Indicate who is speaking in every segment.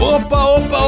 Speaker 1: Opa, opa,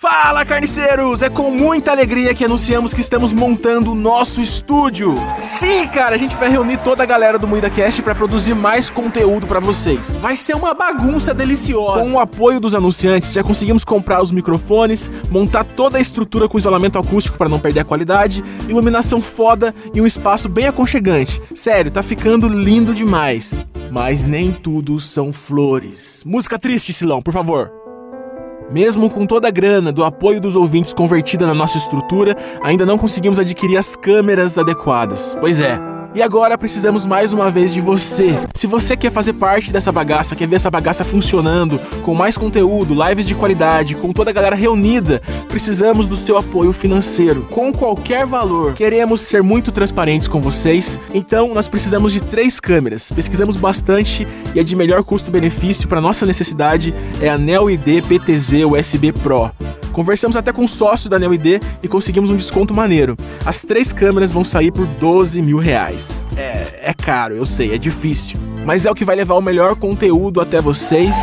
Speaker 2: Fala, carniceiros! É com muita alegria que anunciamos que estamos montando o nosso estúdio. Sim, cara, a gente vai reunir toda a galera do MuidaCast para produzir mais conteúdo para vocês. Vai ser uma bagunça deliciosa. Com o apoio dos anunciantes, já conseguimos comprar os microfones, montar toda a estrutura com isolamento acústico para não perder a qualidade, iluminação foda e um espaço bem aconchegante. Sério, tá ficando lindo demais. Mas nem tudo são flores. Música triste, Silão, por favor. Mesmo com toda a grana do apoio dos ouvintes convertida na nossa estrutura, ainda não conseguimos adquirir as câmeras adequadas. Pois é. E agora precisamos mais uma vez de você. Se você quer fazer parte dessa bagaça, quer ver essa bagaça funcionando, com mais conteúdo, lives de qualidade, com toda a galera reunida, precisamos do seu apoio financeiro. Com qualquer valor, queremos ser muito transparentes com vocês, então nós precisamos de três câmeras. Pesquisamos bastante e a de melhor custo-benefício para nossa necessidade é a Neo ID PTZ USB Pro. Conversamos até com o sócio da Neo ID e conseguimos um desconto maneiro. As três câmeras vão sair por 12 mil reais. É, é caro, eu sei, é difícil. Mas é o que vai levar o melhor conteúdo até vocês.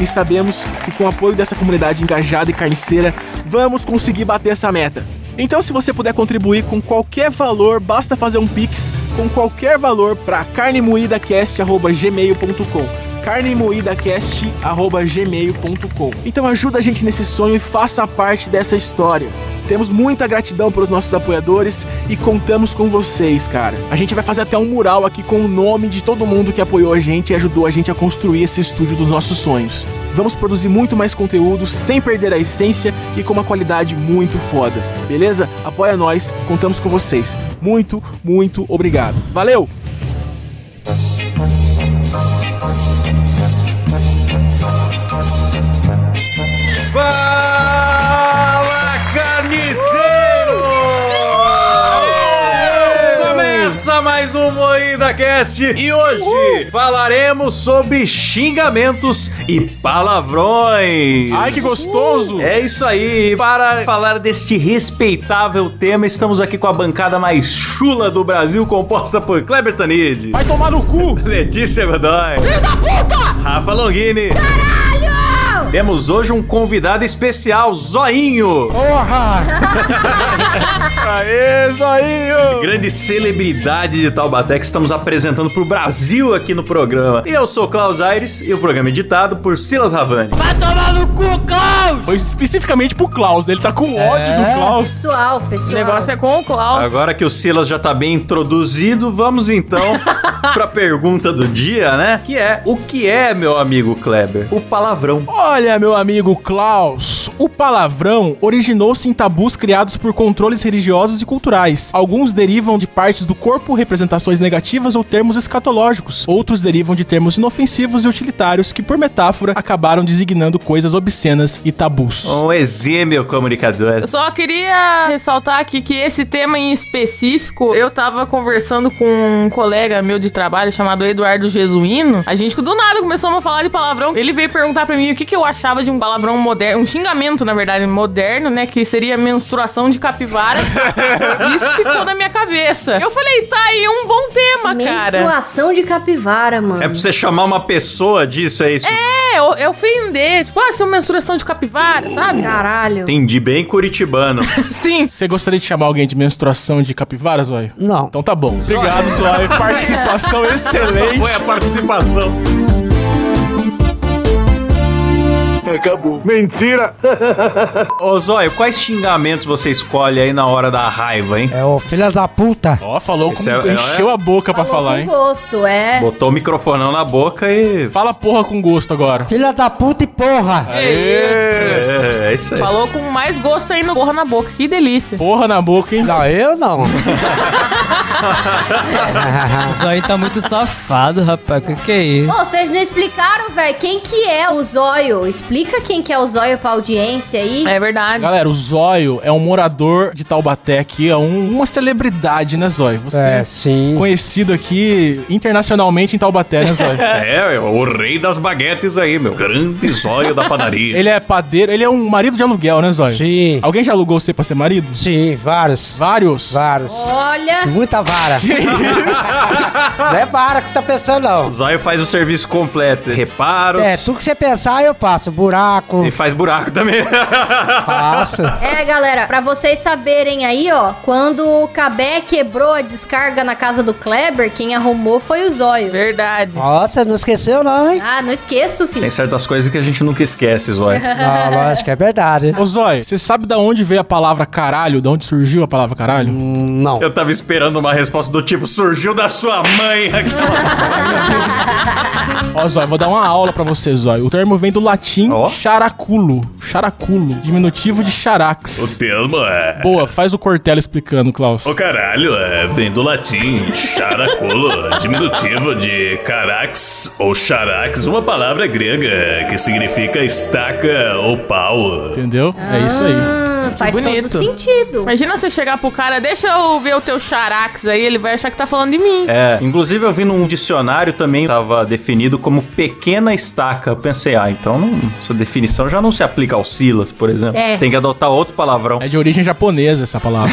Speaker 2: E sabemos que com o apoio dessa comunidade engajada e carniceira, vamos conseguir bater essa meta. Então, se você puder contribuir com qualquer valor, basta fazer um pix com qualquer valor para carnemoídacast.gmail.com carnemoídacast.gmail.com. Então ajuda a gente nesse sonho e faça parte dessa história. Temos muita gratidão pelos nossos apoiadores e contamos com vocês, cara. A gente vai fazer até um mural aqui com o nome de todo mundo que apoiou a gente e ajudou a gente a construir esse estúdio dos nossos sonhos. Vamos produzir muito mais conteúdo sem perder a essência e com uma qualidade muito foda. Beleza? Apoia nós, contamos com vocês. Muito, muito obrigado. Valeu!
Speaker 1: Fala, carniceiro! Começa mais um Moída Cast e hoje falaremos sobre xingamentos e palavrões.
Speaker 2: Ai, que gostoso!
Speaker 1: É isso aí. Para falar deste respeitável tema, estamos aqui com a bancada mais chula do Brasil, composta por Kleber Tanid,
Speaker 3: Vai tomar no cu!
Speaker 1: Letícia Godoy, Rafa Longini. Caralho! Temos hoje um convidado especial, Zoinho.
Speaker 2: Oh.
Speaker 3: Porra!
Speaker 2: Aê, zoinho!
Speaker 1: Grande celebridade de Taubaté que estamos apresentando pro Brasil aqui no programa. E eu sou Klaus Aires e o programa é editado por Silas Ravani.
Speaker 3: Foi especificamente pro
Speaker 2: né?
Speaker 3: Klaus, ele tá com ódio do Klaus.
Speaker 4: Pessoal, pessoal.
Speaker 5: O negócio é com o Klaus.
Speaker 1: Agora que o Silas já tá bem introduzido, vamos então pra pergunta do dia, né? Que é, o que é, meu amigo Kleber? O palavrão.
Speaker 3: Olha, meu amigo Klaus, o palavrão originou-se em tabus criados por controles religiosos e culturais. Alguns derivam de partes do corpo, representações negativas ou termos escatológicos. Outros derivam de termos inofensivos e utilitários que, por metáfora, acabaram designando coisas obscenas e tabus.
Speaker 1: Um exímio comunicador.
Speaker 5: Eu só queria ressaltar aqui que esse tema em específico, eu tava conversando com um colega meu de trabalho chamado Eduardo Jesuíno. A gente do nada começou a falar de palavrão. Ele veio perguntar pra mim o que, que eu achava de um palavrão moderno, um xingamento, na verdade, moderno, né? Que seria menstruação de capivara. Isso ficou na minha cabeça. Eu falei, tá aí um bom tema, cara.
Speaker 4: Menstruação de capivara, mano.
Speaker 1: É pra você chamar uma pessoa disso, é isso?
Speaker 5: É, É, o- é ofender. Tipo, ah, seu menstruação de capivara, sabe?
Speaker 4: Caralho.
Speaker 1: Entendi, bem curitibano.
Speaker 5: Sim.
Speaker 2: Você gostaria de chamar alguém de menstruação de capivara, Zóio?
Speaker 6: Não.
Speaker 2: Então tá bom. Obrigado, Zóio. Participação excelente.
Speaker 1: a participação.
Speaker 7: Acabou.
Speaker 1: Ô, Zóio, quais xingamentos você escolhe aí na hora da raiva, hein?
Speaker 6: É o filho da puta.
Speaker 2: Ó, falou
Speaker 1: Esse
Speaker 2: como
Speaker 1: é-
Speaker 2: encheu a boca pra
Speaker 4: Falou
Speaker 2: falar,
Speaker 4: com
Speaker 2: hein?
Speaker 4: gosto, é.
Speaker 1: Botou o microfonão na boca e.
Speaker 2: Fala porra com gosto agora.
Speaker 6: Filha da puta e porra.
Speaker 1: É, é isso aí.
Speaker 5: Falou com mais gosto aí no gorra na boca. Que delícia.
Speaker 2: Porra na boca, hein?
Speaker 6: Não, eu não.
Speaker 8: O Zóio tá muito safado, rapaz. Que que é isso?
Speaker 4: Ô, vocês não explicaram, velho, quem que é o Zóio? Explica quem que é o Zóio pra audiência aí.
Speaker 5: É verdade.
Speaker 2: Galera, o Zóio é um morador de Taubaté aqui, é um- uma celebridade, né, Zóio? Você
Speaker 6: É, sim.
Speaker 2: conhecido aqui internacionalmente em Taubaté, né, Zóio?
Speaker 1: É, é o rei das baguetes aí, meu. Grande zóio da padaria.
Speaker 2: ele é padeiro, ele é um marido de aluguel, né, Zóio?
Speaker 6: Sim.
Speaker 2: Alguém já alugou você pra ser marido?
Speaker 6: Sim, vários.
Speaker 2: Vários?
Speaker 6: Vários.
Speaker 4: Olha,
Speaker 6: Muita vara. Não é vara que você tá pensando, não.
Speaker 1: O zóio faz o serviço completo. Reparos.
Speaker 6: É, tudo que você pensar eu faço. Buraco,
Speaker 1: E faz buraco também.
Speaker 6: faço.
Speaker 4: é, galera, pra vocês saberem aí, ó, quando o Cabé quebrou a descarga na casa do Kleber, quem arrumou foi o Zóio.
Speaker 5: Verdade.
Speaker 6: Nossa, não esqueceu não, hein?
Speaker 4: Ah, não esqueço, filho.
Speaker 1: Tem certas coisas que a gente nunca esquece, zóio.
Speaker 6: Não, lógico, que é verdade.
Speaker 2: Ô, Zóio, você sabe da onde veio a palavra caralho? Da onde surgiu a palavra caralho?
Speaker 6: Hum, Não.
Speaker 1: Eu tava esperando uma resposta do tipo, surgiu da sua mãe.
Speaker 2: Ó, Zóio, vou dar uma aula pra você, Zóio. O termo vem do latim
Speaker 1: Ó.
Speaker 2: characulo. Characulo. Diminutivo de charax.
Speaker 1: termo é...
Speaker 2: Boa, faz o Cortella explicando, Klaus.
Speaker 1: caralho, é, vem do latim characulo, diminutivo de carax ou charax, uma palavra grega que significa estaca ou pau.
Speaker 2: Entendeu? É isso aí.
Speaker 4: Hum, faz todo
Speaker 5: Bonito.
Speaker 4: sentido.
Speaker 5: Imagina você chegar pro cara, deixa eu ver o teu xarax aí, ele vai achar que tá falando de mim.
Speaker 1: É, inclusive eu vi num dicionário também, tava definido como pequena estaca. Eu pensei, ah, então não- essa definição já não se aplica ao Silas, por exemplo.
Speaker 4: É.
Speaker 1: Tem que adotar outro palavrão.
Speaker 2: É de origem japonesa essa palavra.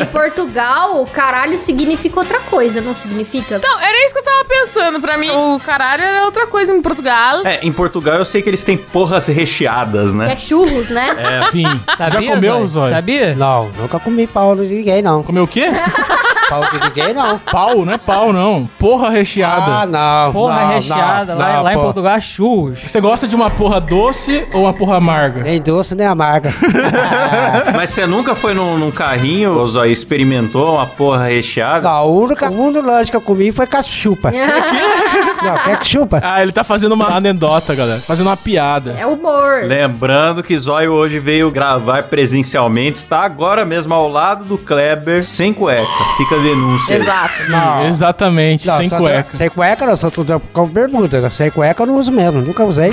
Speaker 4: Em Portugal, o caralho significa outra coisa, não significa?
Speaker 5: Então, era isso que eu tava pensando. Pra mim, o caralho era outra coisa em Portugal.
Speaker 1: É, em Portugal eu sei que eles têm porras recheadas, né?
Speaker 4: É churros, né?
Speaker 2: Sim.
Speaker 8: Sabia,
Speaker 2: Já comeu, Zóio?
Speaker 8: Zóio? Sabia?
Speaker 6: Não, nunca comi pau de ninguém, não.
Speaker 2: Comeu o quê?
Speaker 6: Pau de ninguém, não.
Speaker 2: Pau, não é pau, não. Porra
Speaker 6: Ah,
Speaker 2: recheada.
Speaker 6: não.
Speaker 8: Porra
Speaker 6: não,
Speaker 8: recheada.
Speaker 6: não,
Speaker 8: lá
Speaker 6: não,
Speaker 8: lá em
Speaker 6: pô.
Speaker 8: Portugal é churros.
Speaker 2: Você gosta de uma porra doce ou uma porra amarga?
Speaker 6: Nem doce, nem amarga.
Speaker 1: Mas você nunca foi num, num carrinho, ô Zói, experimentou uma porra recheada?
Speaker 6: não, o único, o único lanche que eu comi foi cachupa. não, quer que chupa?
Speaker 2: Ah, ele tá fazendo uma anedota, galera. Fazendo uma piada.
Speaker 4: É humor.
Speaker 1: Lembrando que Zóio hoje veio gravar presencialmente, está agora mesmo ao lado do Kleber, sem cueca. Fica a denúncia. aí.
Speaker 5: Exato.
Speaker 6: Não.
Speaker 2: Exatamente,
Speaker 6: Não,
Speaker 2: sem
Speaker 6: só-
Speaker 2: cueca.
Speaker 6: Sem cueca não, só tudo com bermuda. né? Sem cueca eu não uso mesmo, nunca usei.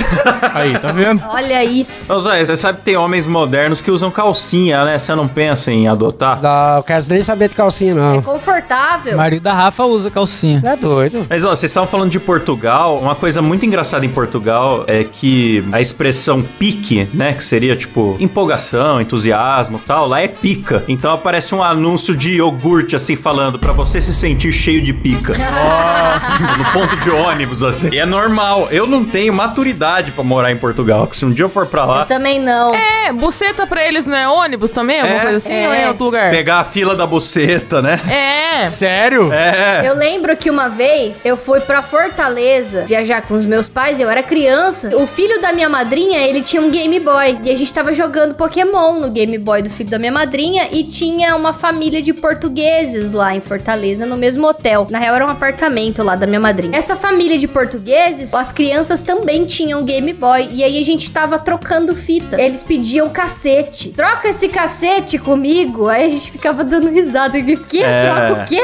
Speaker 2: Aí, tá vendo?
Speaker 4: Olha isso.
Speaker 1: Ô Zóio, você sabe que tem homens modernos que usam calcinha, né? Você não pensa em adotar?
Speaker 6: não, eu quero nem saber de calcinha,
Speaker 4: É
Speaker 6: não.
Speaker 8: O
Speaker 4: confortável.
Speaker 8: marido da Rafa usa calcinha.
Speaker 6: É doido.
Speaker 1: Mas ó, vocês estavam falando de Portugal. Uma coisa muito engraçada em Portugal é que a expressão pique, né? Que seria tipo empolgação, entusiasmo e tal, lá é pica. Então aparece um anúncio de iogurte assim falando pra você se sentir cheio de pica. Nossa! No ponto de ônibus, assim. E é normal. Eu não tenho maturidade pra morar em Portugal. Que se um dia eu for pra
Speaker 4: Eu
Speaker 1: lá.
Speaker 4: também não.
Speaker 5: É, buceta pra eles não é ônibus também? Alguma
Speaker 1: É.
Speaker 5: coisa assim?
Speaker 4: É.
Speaker 5: Ou é em outro lugar?
Speaker 1: Pegar a fila da buceta, né?
Speaker 5: É.
Speaker 2: Sério?
Speaker 1: É.
Speaker 4: Eu lembro que uma vez eu fui pra Fortaleza viajar com os meus pais, eu era criança. O filho da minha madrinha, ele tinha um Game Boy. E a gente tava jogando Pokémon no Game Boy do filho da minha madrinha. E tinha uma família de portugueses lá em Fortaleza, no mesmo hotel. Na real, era um apartamento lá da minha madrinha. Essa família de portugueses, as crianças também tinham Game Boy. E aí a gente tava trocando fita. Eles pediam cacete. Troca esse cacete comigo. Aí a gente ficava dando risada. O quê?
Speaker 1: É.
Speaker 4: Troca o quê?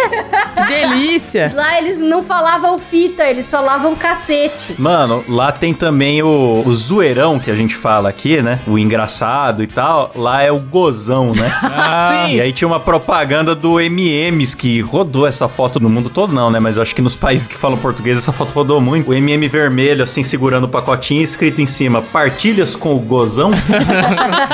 Speaker 5: Que delícia.
Speaker 4: Lá eles não falavam fita, eles falavam cacete.
Speaker 1: Mano, lá tem também o, o zoeirão que a gente fala aqui, né? O engraçado e tal. Lá é o gozão, né?
Speaker 5: Sim.
Speaker 1: E aí tinha uma propaganda do MMs que rodou essa foto no mundo todo, não, né? Mas eu acho que nos países que falam português essa foto rodou muito. O MM vermelho, assim, segurando o pacotinho, escrito em cima: partilhas com o gozão.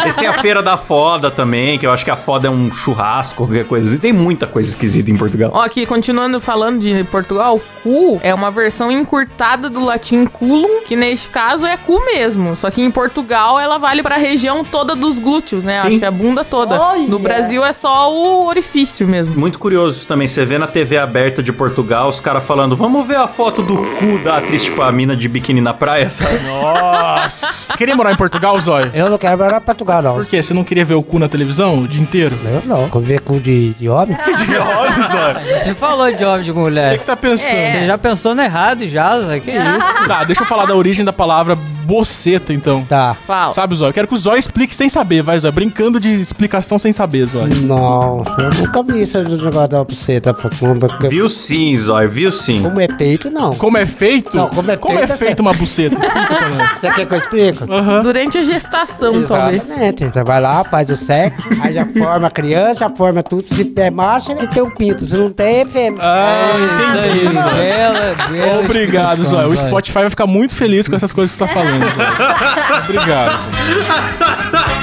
Speaker 1: Vocês têm a feira da foda também, que eu acho que a foda é um churrasco, qualquer assim. coisa. E tem muita coisa esquisita em Portugal.
Speaker 5: Ó, aqui, continuando falando de Portugal, cu é uma versão versão encurtada do latim culum, que neste caso é cu mesmo. Só que em Portugal ela vale pra região toda dos glúteos, né?
Speaker 1: Sim.
Speaker 5: Acho que é a bunda toda.
Speaker 4: Olha!
Speaker 5: No Brasil é só o orifício mesmo.
Speaker 1: Muito curioso isso também, você vê na TV aberta de Portugal os caras falando, vamos ver a foto do cu da atriz, tipo, a mina de biquíni na praia, sabe?
Speaker 2: Nossa! Você queria morar em Portugal, Zóio?
Speaker 6: Eu não quero morar em Portugal, não.
Speaker 2: Por quê? Você não queria ver o cu na televisão o dia inteiro? O
Speaker 6: Eu não. Quando vê cu de, de homem,
Speaker 1: de olhos, Zóio.
Speaker 8: Você falou de homem de
Speaker 2: que
Speaker 8: mulher.
Speaker 2: você tá pensando?
Speaker 5: É.
Speaker 8: Você já pensou no errado já, Zé? Que isso?
Speaker 2: Tá, deixa eu falar da origem da palavra boceta, então.
Speaker 6: tá.
Speaker 5: Fala.
Speaker 2: Sabe, Zóio? Eu Quero que o Zóio explique sem saber, vai, Zóio. Brincando de explicação sem saber, Zóio.
Speaker 6: Não, eu nunca vi isso do negócio da buceta profunda. porque
Speaker 1: Viu sim, Zóio, viu sim.
Speaker 6: Como é peito, não.
Speaker 2: Como é feito?
Speaker 6: Não, como é feito, é
Speaker 2: feito
Speaker 6: certo.
Speaker 2: uma buceta? Explica pra nós.
Speaker 6: Você quer que eu explico?
Speaker 5: Durante a gestação,
Speaker 6: Então,
Speaker 5: talvez.
Speaker 6: Exatamente. Você Então, vai lá, faz o sexo, aí já forma a criança, já forma tudo. Se é macho, ele tem um pinto. Se não tem, é fêmea.
Speaker 8: Isso aí, bela,
Speaker 6: É
Speaker 8: bela
Speaker 2: Ah, Obrigado,
Speaker 8: explicação,
Speaker 2: Zóio. O Spotify vai ficar muito feliz com essas coisas que você tá falando. Zóio. Obrigado. Zóio.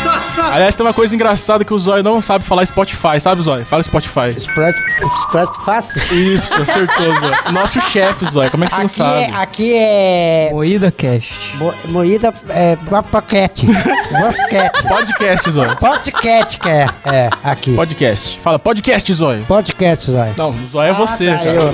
Speaker 2: Aliás, tem uma coisa engraçada que o Zóio não sabe falar Spotify, sabe, Zóio? Fala Spotify.
Speaker 6: Expresso, expresso fácil.
Speaker 2: Isso, acertou, Zóio. Nosso chefe, Zóio. Como é que você não
Speaker 6: Aqui é,
Speaker 2: sabe?
Speaker 6: aqui é
Speaker 8: Moída Cast.
Speaker 6: mo- moída é, ba- paquete. Mosquete.
Speaker 2: Podcast, Zóio.
Speaker 6: Podcast que é. É, aqui.
Speaker 2: Podcast. Fala, podcast, Zóio.
Speaker 6: Podcast, Zói.
Speaker 2: Não, Zóio é você,
Speaker 6: Ah, tá,
Speaker 2: cara.
Speaker 6: eu.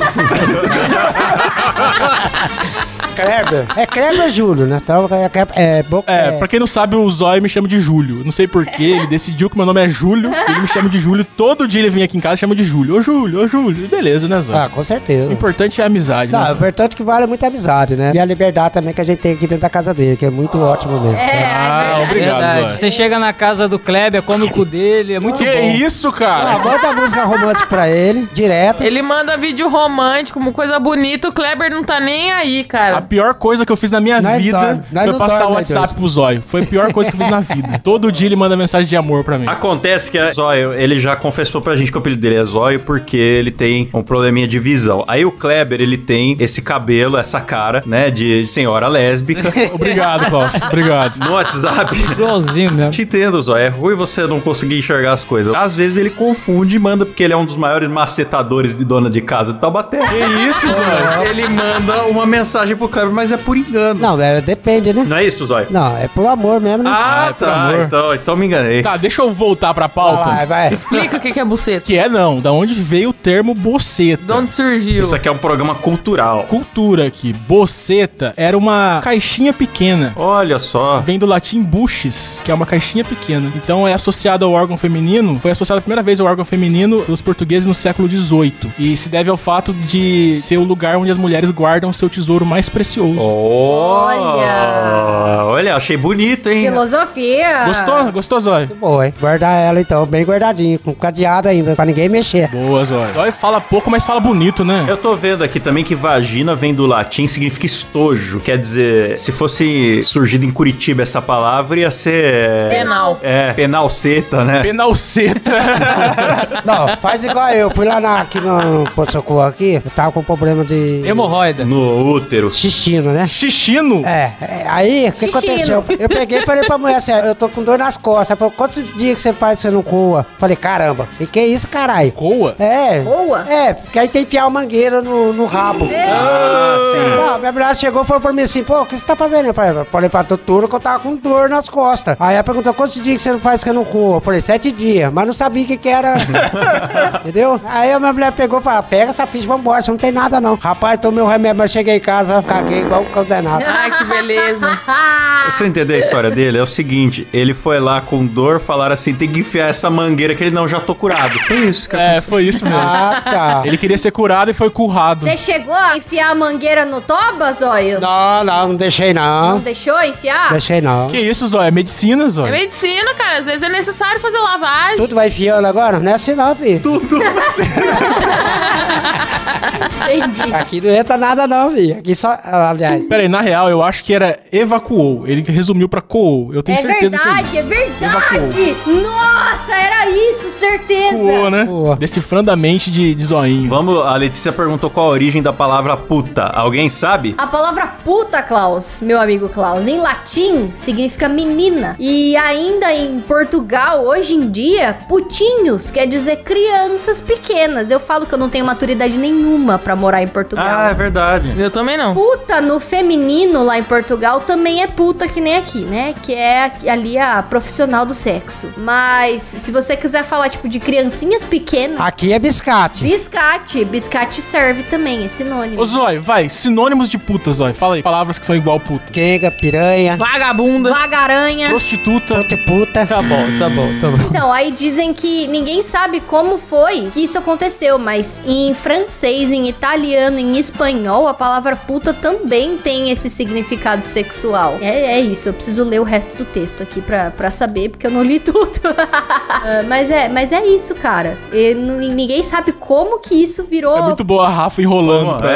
Speaker 6: Kleber. É Kleber Júlio, né? Então, é, Kleber- é, bo-
Speaker 2: É, pra quem não sabe, o Zóio me chama de Júlio. Não sei porquê, ele decidiu que meu nome é Júlio, ele me chama de Júlio. Todo dia ele vem aqui em casa e chama de Júlio. Ô, Júlio, ô, Júlio. Beleza, né, Zóio?
Speaker 6: Ah, tá. com certeza.
Speaker 2: O importante é a amizade, né?
Speaker 6: Não,
Speaker 2: Zóio?
Speaker 6: o importante que vale muito a amizade, né? E a liberdade também que a gente tem aqui dentro da casa dele, que é muito ótimo mesmo.
Speaker 2: Ah,
Speaker 4: É, é verdade.
Speaker 2: obrigado,
Speaker 8: Verdade.
Speaker 2: Zóio.
Speaker 8: Você chega na casa do Kleber, come o cu dele, é muito
Speaker 2: Que
Speaker 8: bom.
Speaker 2: isso,
Speaker 6: Ah,
Speaker 2: cara?
Speaker 6: manda a música romântica pra ele, direto.
Speaker 5: Ele manda vídeo romântico, uma coisa bonita, o Kleber não tá nem aí,
Speaker 2: A
Speaker 5: cara.
Speaker 2: pior coisa que eu fiz na minha
Speaker 6: Nós
Speaker 2: vida
Speaker 6: dorme, nós
Speaker 2: foi
Speaker 6: não
Speaker 2: passar o
Speaker 6: dorme,
Speaker 2: WhatsApp
Speaker 6: nós dois.
Speaker 2: pro Zóio. Foi a pior coisa que eu fiz na vida. Todo dia ele manda mensagem de amor pra mim.
Speaker 1: Acontece que a Zóio, ele já confessou pra gente que o apelido dele é Zóio porque ele tem um probleminha de visão. Aí o Kleber, ele tem esse cabelo, essa cara, né, de senhora lésbica.
Speaker 2: Obrigado, Klaus. Obrigado.
Speaker 1: No WhatsApp.
Speaker 8: Igualzinho mesmo.
Speaker 1: Te entendo, Zóio. É ruim você não conseguir enxergar as coisas. Às vezes ele confunde e manda, porque ele é um dos maiores macetadores de dona de casa de Taubaté.
Speaker 2: Que isso, Zóio?
Speaker 1: ele manda uma mensagem pro Kleber, mas é por engano.
Speaker 6: Não, é, depende, né?
Speaker 1: Não é isso, Zóio?
Speaker 6: Não, é por amor mesmo, né?
Speaker 1: Ah, tá.
Speaker 2: amor.
Speaker 1: Então, então me enganei.
Speaker 2: Tá, deixa eu voltar pra
Speaker 6: vai,
Speaker 2: pauta.
Speaker 6: vai.
Speaker 5: Explica o que que é buceta.
Speaker 2: Que é não, da onde veio o termo
Speaker 5: De
Speaker 2: boceta.
Speaker 5: onde surgiu?
Speaker 1: Isso aqui é um programa cultural.
Speaker 2: Cultura aqui. Boceta era uma caixinha pequena.
Speaker 1: Olha só.
Speaker 2: Vem do latim buches, que é uma caixinha pequena. Então é associado ao órgão feminino. Foi associado a primeira vez ao órgão feminino pelos portugueses no século XVIII. E se deve ao fato de ser o lugar onde as mulheres guardam seu tesouro mais precioso.
Speaker 1: Olha!
Speaker 4: Olha.
Speaker 1: Olha, achei bonito, hein?
Speaker 6: Ah.
Speaker 4: Filosofia.
Speaker 2: Gostou? Gostou, Zóio?
Speaker 6: Boa, hein? Guardar ela então, bem guardadinho, com cadeado ainda, pra ninguém mexer.
Speaker 2: Boa, Zóio. Zóio fala pouco, mas fala bonito, né?
Speaker 1: Eu tô vendo aqui também que vagina vem do latim, significa estojo. Quer dizer, se fosse surgido em Curitiba essa palavra, ia ser.
Speaker 5: Penal.
Speaker 1: É, penalceta, né?
Speaker 2: Penalceta.
Speaker 6: Não, faz igual eu. Fui lá na, aqui no Posto Socorro aqui, eu tava com um problema de
Speaker 8: Hemorroida.
Speaker 1: No útero.
Speaker 6: xixino, né?
Speaker 2: Xixino.
Speaker 6: É, é, aí, o que
Speaker 4: Xixino.
Speaker 6: aconteceu? Eu peguei e falei pra mulher assim, ó, eu tô com dor nas costas. Ela falou, quantos dias que você faz que você não coa? Falei, caramba, e que isso, caralho?
Speaker 2: Coa?
Speaker 6: É.
Speaker 4: Coa?
Speaker 6: É, porque aí tem que enfiar a mangueira no, no rabo.
Speaker 1: Ah, sim.
Speaker 6: Não, minha mulher chegou e falou pra mim assim, pô, o que você tá fazendo? Eu falei, eu falei pra doutora que eu tava com dor nas costas. Aí ela perguntou, quantos dias que você não faz que eu não coa? Eu falei, sete dias, mas não sabia o que que era. Entendeu? Aí a minha mulher pegou e falou, "Ah, pega essa ficha, vambora, você não tem nada não. Rapaz, tomei o remédio, mas cheguei em casa, caguei igual um condenado.
Speaker 5: Ai, que beleza.
Speaker 1: Pra Você entender a história dele é o seguinte: ele foi lá com dor, falaram assim: tem que enfiar essa mangueira que ele não já tô curado. Foi isso, cara.
Speaker 2: É, foi isso mesmo.
Speaker 6: Ah, tá.
Speaker 2: Ele queria ser curado e foi currado.
Speaker 4: Você chegou a enfiar a mangueira no toba, Zóio?
Speaker 6: Não, não, não deixei
Speaker 4: Não
Speaker 6: não.
Speaker 4: deixou enfiar?
Speaker 6: Deixei não.
Speaker 2: Que isso, Zóio? É medicina,
Speaker 5: É
Speaker 2: Zóio?
Speaker 5: medicina, cara. Às vezes é necessário fazer lavagem.
Speaker 6: Tudo vai enfiando agora? Não é assim não, filho.
Speaker 4: Entendi.
Speaker 6: Aqui não entra nada não, filho. Aqui só... ah, Aliás...
Speaker 2: Peraí, na real, eu acho que era evacuou. Ele resumiu pra coou. Eu tenho
Speaker 4: É
Speaker 2: certeza que é isso.
Speaker 4: verdade, é verdade.
Speaker 7: Evacuou.
Speaker 4: verdade! Nossa, era isso, certeza!
Speaker 2: Voou, né?
Speaker 6: Voou.
Speaker 2: Decifrando a mente de, de zoinho.
Speaker 1: Vamos, a Letícia perguntou qual a origem da palavra puta. Alguém sabe?
Speaker 4: A palavra puta, Klaus, meu amigo Klaus, em latim significa menina. E ainda em Portugal, hoje em dia, putinhos quer dizer crianças pequenas. Eu falo que eu não tenho maturidade nenhuma pra morar em Portugal.
Speaker 1: Ah, é verdade.
Speaker 5: Eu também não.
Speaker 4: Puta no feminino lá em Portugal também é puta que nem aqui, né? Que é ali a profissional do sexo. Mas se você quiser falar tipo de criancinhas
Speaker 1: Ah,
Speaker 4: pequenas,
Speaker 6: Aqui é biscate.
Speaker 4: biscate, biscate serve também, é sinônimo.
Speaker 2: Ô, Zói, vai. Sinônimos de puta, Zói. Fala aí. Palavras que é? são igual puta.
Speaker 6: Quenga, piranha,
Speaker 5: Vagabunda.
Speaker 4: Vagaranha.
Speaker 2: Prostituta.
Speaker 6: puta e puta.
Speaker 8: Tá bom, tá bom, tá bom.
Speaker 4: Então, aí dizem que ninguém sabe como foi que isso aconteceu, mas em francês, em italiano, em espanhol, a palavra puta também tem esse significado sexual. É, é isso, eu preciso ler o resto do texto aqui pra, pra saber, porque eu não li tudo. Ah, mas, é, mas é isso, cara. E n- ninguém sabe como que isso virou.
Speaker 2: É muito boa a Rafa enrolando. né? pra-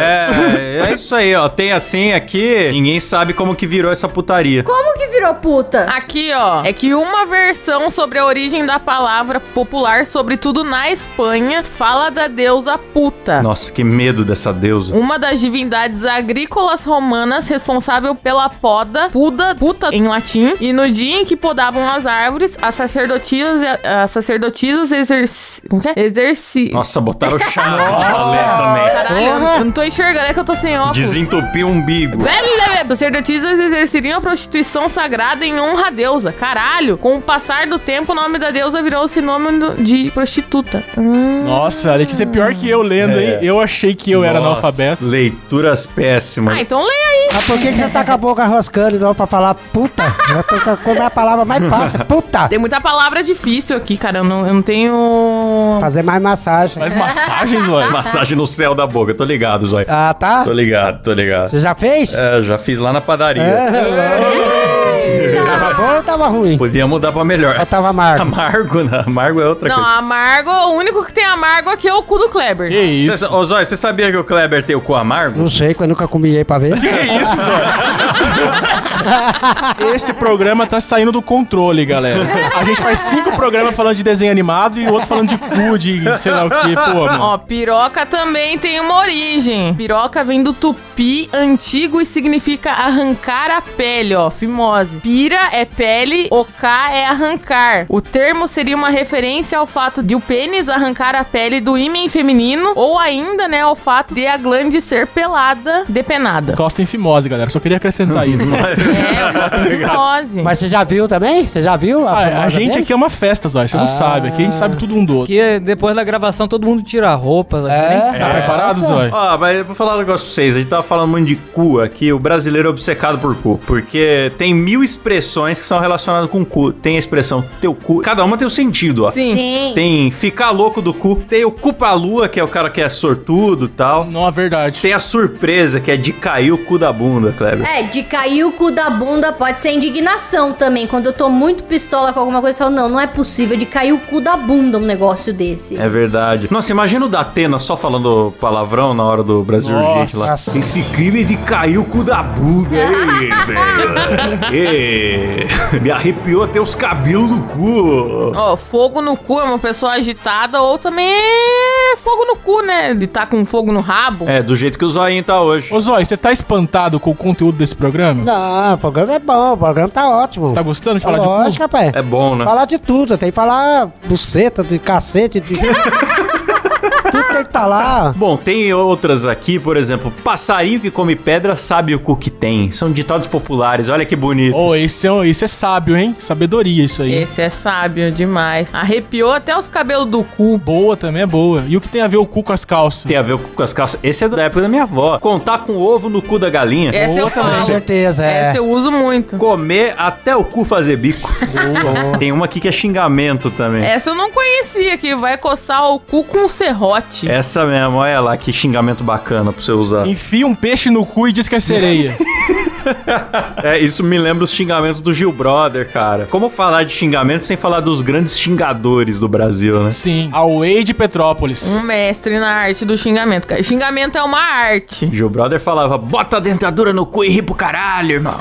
Speaker 1: É, é isso aí, ó. Tem assim aqui, ninguém sabe como que virou essa putaria.
Speaker 4: Como que virou puta?
Speaker 2: Ah,
Speaker 5: Aqui, ó, é que uma versão sobre a origem da palavra popular, sobretudo na Espanha, fala da deusa puta.
Speaker 1: Nossa, que medo dessa deusa.
Speaker 5: Uma das divindades agrícolas romanas responsável pela poda, puda, puta em latim, e no dia em que podavam as árvores, as sacerdotisas, as sacerdotisas exerci... Como que é? Exerci...
Speaker 1: Nossa, botaram chá nesse rolê também.
Speaker 5: Caralho, eu não- eu não tô enxergando, é que eu tô sem óculos.
Speaker 1: Desentupir o umbigo.
Speaker 5: Sacerdotisas exerceriam a prostituição sagrada em honra à deusa. Caralho! Com o passar do tempo, o nome da deusa virou sinônimo de prostituta. Hum.
Speaker 2: Nossa, a Letícia é pior que eu lendo, hein? Eu achei que eu era
Speaker 1: Nossa,
Speaker 2: analfabeto.
Speaker 1: Leituras péssimas.
Speaker 5: Ah, então lê aí.
Speaker 6: Mas por que, que você tá com a boca rascando então, pra falar puta? Eu tô com- Como é a palavra mais fácil? Puta!
Speaker 5: Tem muita palavra difícil aqui, cara. Eu não, eu não tenho.
Speaker 6: Fazer mais massagem.
Speaker 2: Faz massagens, Zói.
Speaker 1: Massagem no céu da boca, tô ligado, Zói.
Speaker 6: Ah, tá?
Speaker 1: Tô ligado, tô ligado.
Speaker 6: Você já fez?
Speaker 1: É, já fiz lá na padaria.
Speaker 6: Tava bom ou tava ruim?
Speaker 1: Podia mudar pra melhor.
Speaker 6: Ou tava
Speaker 8: Tá
Speaker 6: amargo?
Speaker 1: Amargo, né? Amargo é outra
Speaker 5: Não,
Speaker 1: coisa.
Speaker 5: amargo, o único que tem amargo aqui é o cu do Kleber.
Speaker 2: Que isso?
Speaker 1: Cê, ô, Zói, você sabia que o Kleber tem o cu amargo?
Speaker 6: Não sei, que eu nunca comi aí pra ver.
Speaker 2: Esse programa tá saindo do controle, galera. A gente faz cinco programas falando de desenho animado e outro falando de cu, de sei lá o que, pô, mano.
Speaker 5: Ó, piroca também tem uma origem. Piroca vem do tupi antigo e significa arrancar a pele, ó, fimose. Pira é pele, oká é arrancar. O termo seria uma referência ao fato de o pênis arrancar a pele do ímen feminino ou ainda, né, ao fato de a glande ser pelada, depenada.
Speaker 2: Costa em fimose, galera. Só queria acrescentar isso.
Speaker 5: É, fimose.
Speaker 6: Mas você já viu também? Você já viu?
Speaker 2: Ah, a
Speaker 6: famosa
Speaker 2: gente
Speaker 6: dele?
Speaker 2: aqui é uma festa, Zói. Você não sabe. Aqui a gente sabe tudo um do outro.
Speaker 8: Porque depois da gravação todo mundo tira a roupa, a gente
Speaker 6: É?
Speaker 8: nem
Speaker 2: Tá
Speaker 8: sabe.
Speaker 2: preparado, Zói?
Speaker 1: Ó, mas eu vou falar um negócio pra vocês. A gente tava falando muito de cu aqui. O brasileiro é obcecado por cu. Porque tem mil expressões que são relacionadas com cu. Tem a expressão teu cu. Cada uma tem um sentido, ó.
Speaker 5: Sim.
Speaker 4: Sim.
Speaker 1: Tem ficar louco do cu. Tem o cu pra lua, que é o cara que é sortudo e tal.
Speaker 2: Não, é verdade.
Speaker 1: Tem a surpresa, que é de cair o cu da bunda, Kleber.
Speaker 4: É, de cair o cu da bunda pode ser indignação também. Quando eu tô muito pistola com alguma coisa, eu falo, não, não é possível de cair o cu da bunda um negócio desse.
Speaker 1: É verdade. Nossa, imagina o Datena só falando palavrão na hora do Brasil Urgente lá.
Speaker 6: Nossa.
Speaker 1: Esse crime de cair o cu da bunda, ei, velho. Ei, me arrepiou até os cabelos do cu.
Speaker 5: Ó, fogo no cu é uma pessoa agitada ou também é fogo no cu, né? De tá com fogo no rabo.
Speaker 1: É, do jeito que o Zoinho tá hoje.
Speaker 2: Ô, Zói, você tá espantado com o conteúdo desse programa?
Speaker 6: Não, o programa é bom, o programa tá ótimo.
Speaker 2: Você tá gostando de
Speaker 6: Tá
Speaker 2: falar de
Speaker 6: Lógico,
Speaker 2: cu?
Speaker 6: rapaz.
Speaker 1: É bom, né?
Speaker 6: Falar de tudo, tem que falar buceta, de cacete, de... tudo tem que tá falar.
Speaker 1: Bom, tem outras aqui, por exemplo, passarinho que come pedra sabe o cu que tem. São ditados populares, olha que bonito.
Speaker 2: Ô, esse, é, um- esse é sábio, hein? Sabedoria isso aí.
Speaker 5: Esse é sábio demais. Arrepiou até os cabelos do cu.
Speaker 2: Boa também é boa. E o que tem a ver o cu com as calças?
Speaker 1: Tem a ver com as calças. Esse é da época da minha avó. Contar com ovo no cu da galinha.
Speaker 5: Essa eu
Speaker 6: Com
Speaker 5: falo.
Speaker 6: certeza, é.
Speaker 5: Essa eu uso muito.
Speaker 1: Comer até o cu fazer bico. Tem uma aqui que é xingamento também.
Speaker 5: Essa eu não conhecia, que vai coçar o cu com um serrote.
Speaker 1: Essa mesmo, olha lá que xingamento bacana pra você usar.
Speaker 2: Enfia um peixe no cu e diz que é sereia.
Speaker 1: É, isso me lembra os xingamentos do Gil Brother, cara. Como falar de xingamento sem falar dos grandes xingadores do Brasil, né?
Speaker 2: Sim. Away de Petrópolis.
Speaker 5: Um mestre na arte do xingamento. cara. Xingamento é uma arte.
Speaker 1: Gil Brother falava, bota a dentadura no cu e ri pro caralho, irmão.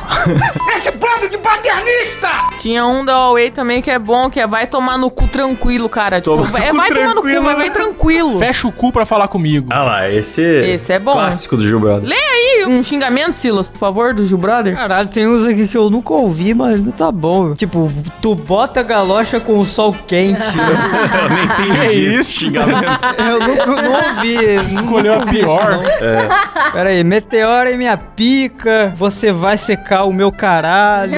Speaker 9: bando de badernista!
Speaker 5: Tinha um da Huawei também que é bom, que é vai tomar no cu tranquilo, cara. Tipo,
Speaker 7: Toma no
Speaker 5: vai,
Speaker 7: cu
Speaker 5: vai tomar no cu,
Speaker 7: tranquilo.
Speaker 5: mas vai tranquilo.
Speaker 2: Fecha o cu pra falar comigo.
Speaker 1: Ah lá, esse,
Speaker 5: Esse é bom.
Speaker 1: clássico do Gilberto.
Speaker 5: Lê aí um xingamento, Silas, por favor, do Gil Brother.
Speaker 8: Caralho, tem uns aqui que eu nunca ouvi, mas não tá bom. Tipo, tu bota galocha com o sol quente.
Speaker 1: Eu nem entendi esse xingamento.
Speaker 8: eu nunca eu não ouvi.
Speaker 2: Escolheu a pior.
Speaker 1: É.
Speaker 8: Pera aí, meteora em minha pica, você vai secar o meu caralho.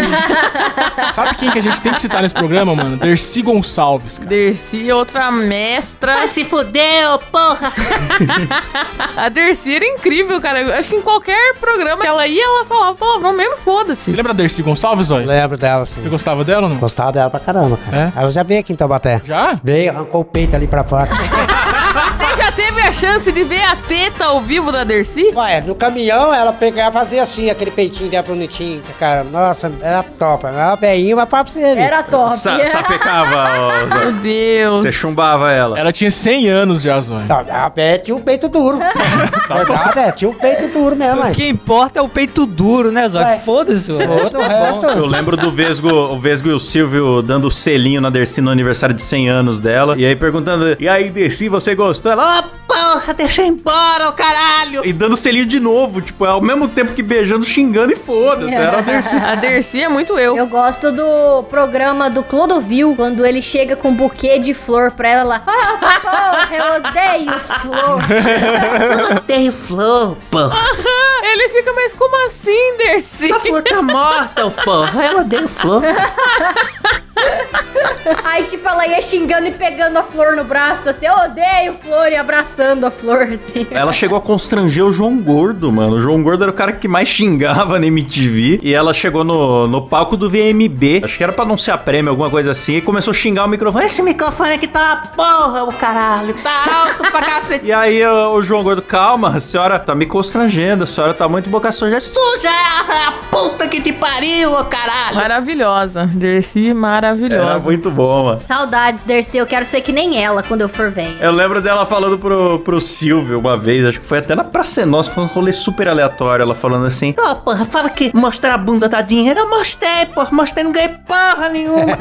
Speaker 2: Sabe quem que a gente tem que citar nesse programa, mano? Dercy Gonçalves, cara.
Speaker 5: Dercy, outra mestra.
Speaker 10: Se fudeu, porra!
Speaker 5: A Dercy era incrível, cara. Eu acho que em qualquer programa que ela ia, ela falava palavrão mesmo,
Speaker 2: Você
Speaker 5: foda-se.
Speaker 2: lembra da Dercy Gonçalves, olha?
Speaker 6: Lembro dela, assim.
Speaker 2: Você gostava dela ou não?
Speaker 6: Gostava dela pra caramba, cara. Aí eu já veio aqui em Taubaté.
Speaker 2: Já?
Speaker 6: Veio, arrancou o peito ali pra fora.
Speaker 5: Você já teve a chance de ver a teta ao vivo da Dercy?
Speaker 6: Ué, no caminhão ela pegava e fazia assim, aquele peitinho dela bonitinho, cara. Nossa, era top. Era uma veinha, mas papo pra você. viu?
Speaker 4: Era top.
Speaker 1: Sa sapecava, ó, Zóio.
Speaker 5: Meu Deus.
Speaker 1: Você um chumbava ela.
Speaker 2: Ela tinha 100 anos já,
Speaker 1: Tá.
Speaker 2: Zóia.
Speaker 6: Não, a Bé tinha um peito duro. Verdade, é, tinha um peito duro mesmo,
Speaker 8: o
Speaker 6: mas.
Speaker 8: que importa é o peito duro, né, Zóio?
Speaker 6: Vai.
Speaker 8: Foda-se, o resto
Speaker 6: Outro
Speaker 8: tá
Speaker 6: resto.
Speaker 8: bom.
Speaker 1: Eu lembro do Vesgo, o Vesgo e o Silvio dando o selinho na Dercy no aniversário de 100 anos dela. E aí perguntando, e aí, Dercy, você gostou? Ela, "Ah,
Speaker 10: Porra, deixa eu ir embora, ô caralho!
Speaker 1: e dando selinho de novo, tipo, ao mesmo tempo que beijando, xingando e foda-se. Era a Dercy.
Speaker 5: A Dercy é muito eu.
Speaker 4: Eu gosto do programa do Clodovil, quando ele chega com um buquê de flor pra ela lá. Ah, porra, eu odeio flor.
Speaker 10: Odeio flor, porra!
Speaker 5: Ele fica, mas como assim, Dercy?
Speaker 10: A flor tá morta, ô porra! Eu odeio flor!
Speaker 4: Aí, tipo, ela ia xingando e pegando a flor no braço, assim, eu odeio flor e abraçando a flor, assim.
Speaker 1: Ela chegou a constranger o João Gordo, mano. O João Gordo era o cara que mais xingava na MTV. E ela chegou no, no palco do VMB. Acho que era pra anunciar prêmio, alguma coisa assim. E começou a xingar o microfone.
Speaker 10: Esse microfone aqui tá uma porra, ô caralho! Tá alto pra cacete!
Speaker 1: E aí o, o João Gordo, calma, a senhora tá me constrangendo. A senhora tá muito boca suja.
Speaker 10: Suja é a puta que te pariu, ô caralho!
Speaker 5: Maravilhosa. Dercy,
Speaker 1: Era
Speaker 5: maravilhosa.
Speaker 1: muito bom, mano.
Speaker 4: Saudades, Dercy, eu quero ser que nem ela quando eu for velha.
Speaker 1: Eu lembro dela falando pro, pro Silvio uma vez, acho que foi até na Praça é Nossa, foi um rolê super aleatório, ela falando assim,
Speaker 10: Ô porra, fala que mostrar a bunda dá dinheiro! Eu mostrei, porra! Mostrei, não ganhei porra nenhuma!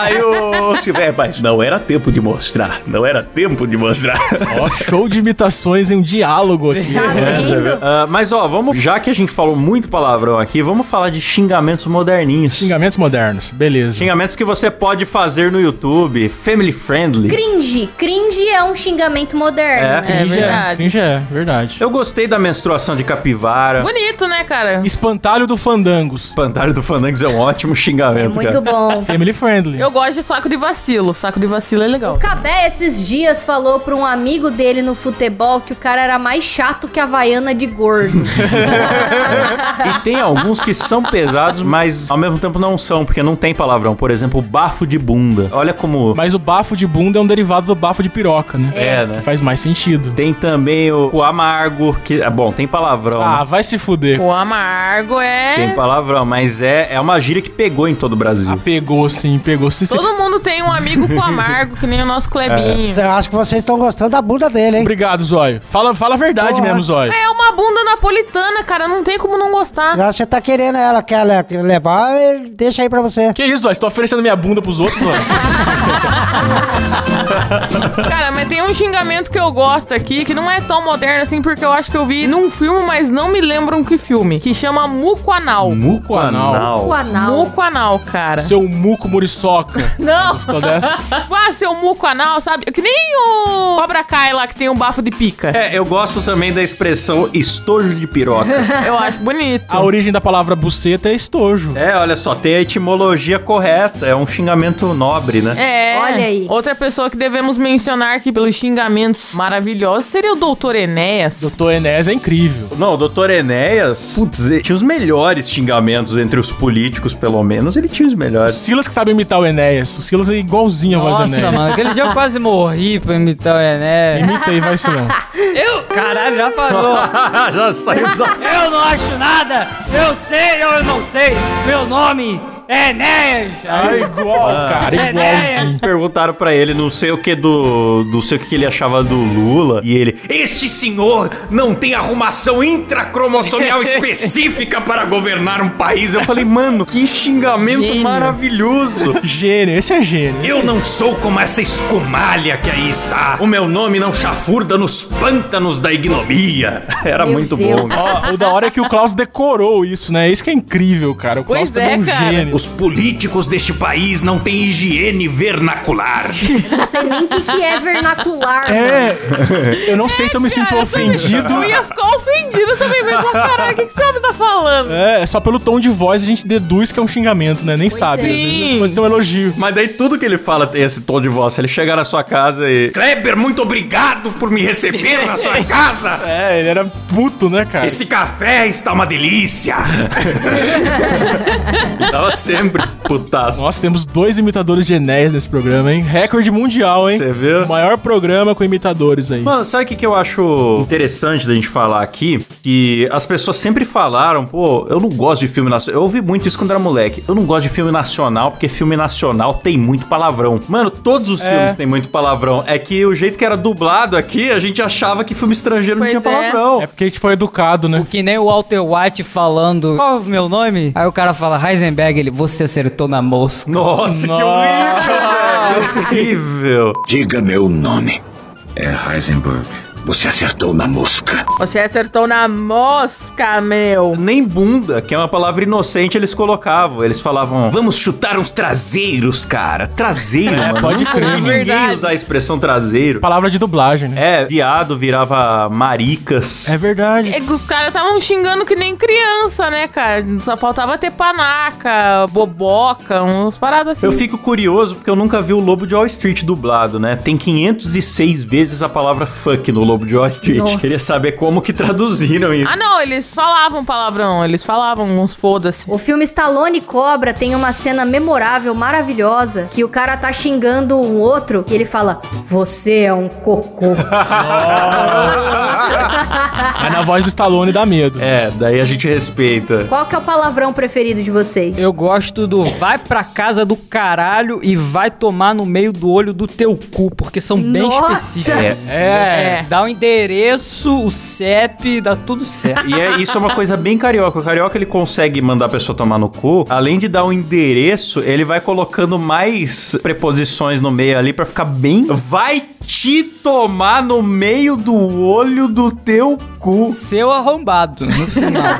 Speaker 1: aí o Silvio, é, mas não era tempo de mostrar, não era tempo de mostrar.
Speaker 2: Ó, show de imitações em um diálogo
Speaker 1: É.
Speaker 2: aqui. É,
Speaker 4: Tá vendo?
Speaker 1: Ah, mas ó, vamos, já que a gente falou muito palavrão aqui, vamos falar de xingamentos moderninhos.
Speaker 2: Xingamentos modernos. Beleza.
Speaker 1: Xingamentos que você pode fazer no YouTube, family friendly.
Speaker 4: Cringe. Cringe é um xingamento moderno, né?
Speaker 5: É
Speaker 2: Cringe
Speaker 5: verdade.
Speaker 2: Cringe é, verdade.
Speaker 1: Eu gostei da menstruação de capivara.
Speaker 5: Bonito, né, cara?
Speaker 2: Espantalho do Fandangos.
Speaker 1: Espantalho do Fandangos é um ótimo xingamento,
Speaker 4: É
Speaker 1: cara.
Speaker 4: muito bom.
Speaker 2: Family friendly.
Speaker 5: Eu gosto de saco de vacilo. Saco de vacilo é legal.
Speaker 4: O Cabé esses dias falou pra um amigo dele no futebol que o cara era mais chato que a Havaiana de gordo.
Speaker 1: E tem alguns que são pesados, mas ao mesmo tempo não são, porque não tem palavrão. Por exemplo, bafo de bunda. Olha como.
Speaker 2: Mas o bafo de bunda é um derivado do bafo de piroca, né?
Speaker 1: É,
Speaker 2: Que
Speaker 1: né?
Speaker 2: faz mais sentido.
Speaker 1: Tem também o, o amargo, que. ah, Bom, tem palavrão.
Speaker 2: Ah,
Speaker 1: né?
Speaker 2: vai se fuder.
Speaker 5: O amargo
Speaker 1: Tem
Speaker 5: é.
Speaker 1: palavrão, mas é, é uma gíria que pegou em todo o Brasil.
Speaker 2: Ah, pegou sim, pegou. Se, se...
Speaker 5: Todo mundo tem um amigo com amargo, que nem o
Speaker 1: É.
Speaker 5: nosso Clebinho.
Speaker 6: Eu acho que vocês estão gostando da bunda dele, hein?
Speaker 2: Obrigado, Zóio. Fala, fala a verdade
Speaker 6: Porra.
Speaker 2: mesmo, Zóio.
Speaker 5: É uma bunda napolitana, cara. Não tem como não gostar.
Speaker 6: Eu acho que você tá querendo ela, quer le- quer levar, ele deixa aí pra você.
Speaker 2: Que isso, Zóio? Você tá oferecendo minha bunda pros outros, Zóio?
Speaker 5: Cara, mas tem um xingamento que eu gosto aqui, que não é tão moderno assim, porque eu acho que eu vi num filme, mas não me lembram que filme. Que chama Muco Anal.
Speaker 1: Muco
Speaker 2: anal.
Speaker 4: o anal.
Speaker 5: Muco Anal, cara.
Speaker 2: Seu muco muriçoca.
Speaker 5: Não!
Speaker 2: Gostou dessa?
Speaker 5: Ah, seu muco anal, sabe? Que nem o Cobra Kai lá, que tem um bafo de pica.
Speaker 1: É, eu gosto também da expressão estojo de piroca.
Speaker 5: Eu acho bonito.
Speaker 2: A origem da palavra buceta é estojo.
Speaker 1: é, olha só, tem a etimologia correta. É um xingamento nobre, né?
Speaker 5: É.
Speaker 4: Olha aí.
Speaker 5: Outra pessoa que devemos mencionar aqui pelos xingamentos maravilhosos seria o Doutor Enéas.
Speaker 2: Doutor Enés é incrível.
Speaker 1: Não, o doutor Enéas, putz, ele tinha os melhores xingamentos entre os políticos, pelo menos. Ele tinha os
Speaker 2: O
Speaker 1: melhores.
Speaker 2: Silas que sabe imitar o Enéas. O Silas é igualzinho a voz do
Speaker 8: Nossa,
Speaker 2: Enéas.
Speaker 8: mano, aquele dia eu quase morri pra imitar o Ené.
Speaker 2: Imita aí, vai, Silão.
Speaker 8: Eu? Caralho, já falou.
Speaker 1: Já saiu desafio.
Speaker 8: Eu não acho nada! Eu sei, eu não sei! Meu nome Enéas!
Speaker 2: Ah, igual, cara, igualzinho.
Speaker 1: É. Perguntaram pra ele não sei o que do. Não sei o que ele achava do Lula. E ele. Este senhor não tem arrumação intracromossomial específica para governar um país. Eu falei, mano, que xingamento
Speaker 5: Gênio.
Speaker 1: maravilhoso.
Speaker 2: Gênio, esse é gênio.
Speaker 1: Eu não sou como essa escumalha que aí está. O meu nome não chafurda nos pântanos da ignomia. Era
Speaker 4: Meu
Speaker 1: muito
Speaker 4: Deus.
Speaker 1: bom. cara.
Speaker 2: Ó, o da hora é que o Klaus decorou isso, né? Isso que é incrível, cara. O Klaus
Speaker 5: Pois é,
Speaker 2: também um
Speaker 5: cara.
Speaker 2: gênio.
Speaker 1: Os políticos deste país não têm higiene vernacular.
Speaker 4: Não sei nem o que, que é vernacular. mano.
Speaker 2: É, eu não sei se eu me sinto ofendido.
Speaker 5: Eu ia ficar ofendido também, mas falar, caralho, o que, que esse homem tá falando?
Speaker 2: É, só pelo tom de voz a gente deduz que é um xingamento, né? Nem sabe.
Speaker 5: é.
Speaker 2: Às vezes
Speaker 5: Sim.
Speaker 2: pode ser um elogio.
Speaker 1: Mas daí tudo que ele fala tem esse tom de voz. Ele chega na sua casa e. Kleber, muito obrigado por me receber na sua casa!
Speaker 2: É, ele era puto, né, cara?
Speaker 1: Este café está uma delícia! Tava sempre putaço.
Speaker 2: Nossa, temos dois imitadores de Enéas nesse programa, hein? Recorde mundial, hein?
Speaker 1: Você viu?
Speaker 2: O maior programa com imitadores aí.
Speaker 1: Mano, sabe o que, que eu acho interessante da gente falar aqui? Que as pessoas sempre falaram, pô, eu não gosto de filme nacional. Eu ouvi muito isso quando era moleque. Eu não gosto de filme nacional, porque filme nacional tem muito palavrão. Mano, todos os
Speaker 2: É.
Speaker 1: filmes têm muito palavrão. É que o jeito que era dublado aqui, a gente achava que filme estrangeiro
Speaker 5: Pois
Speaker 1: não tinha
Speaker 5: é.
Speaker 1: palavrão.
Speaker 2: É porque a gente foi educado, né?
Speaker 8: Que nem o Walter White falando. Qual é o meu nome? Aí o cara fala Heisenberg, ele, você acertou na mosca.
Speaker 1: Nossa, que horrível! velho. horrível!
Speaker 11: Diga meu nome. É Heisenberg. Você acertou na mosca.
Speaker 5: Você acertou na mosca, meu.
Speaker 1: Nem bunda, que é uma palavra inocente, eles colocavam. Eles falavam, vamos chutar uns traseiros, cara. Traseiro, mano.
Speaker 2: É, pode
Speaker 1: Nunca
Speaker 2: crer.
Speaker 1: ouvi ninguém
Speaker 5: Verdade.
Speaker 1: usar a expressão traseiro.
Speaker 2: Palavra de dublagem, né?
Speaker 1: É, viado virava maricas.
Speaker 2: É verdade.
Speaker 5: É que Os caras estavam xingando que nem criança, né, cara? Só faltava ter panaca, boboca, umas paradas assim.
Speaker 1: Eu fico curioso porque eu nunca vi o Lobo de Wall Street dublado, né? Tem 506 vezes a palavra fuck no Lobo de Wall Street.
Speaker 5: Nossa.
Speaker 1: Queria saber como que traduziram isso.
Speaker 5: Ah, não, eles falavam palavrão, eles falavam uns foda-se.
Speaker 4: O filme Stallone Cobra tem uma cena memorável, maravilhosa, que o cara tá xingando um outro e ele fala: Você é um cocô.
Speaker 2: Mas na voz do Stallone dá medo.
Speaker 1: É, daí a gente respeita.
Speaker 4: Qual que é o palavrão preferido de vocês?
Speaker 8: Eu gosto do vai pra casa do caralho e vai tomar no meio do olho do teu cu, porque são bem
Speaker 4: Nossa!
Speaker 8: específicos.
Speaker 1: É.
Speaker 8: É, dá o endereço, o CEP, dá tudo certo.
Speaker 1: E é, isso é uma coisa bem carioca. O carioca ele consegue mandar a pessoa tomar no cu. Além de dar um endereço, ele vai colocando mais preposições no meio ali pra ficar bem. Vai te tomar no meio do olho do teu cu. É,
Speaker 8: Seu arrombado, no final.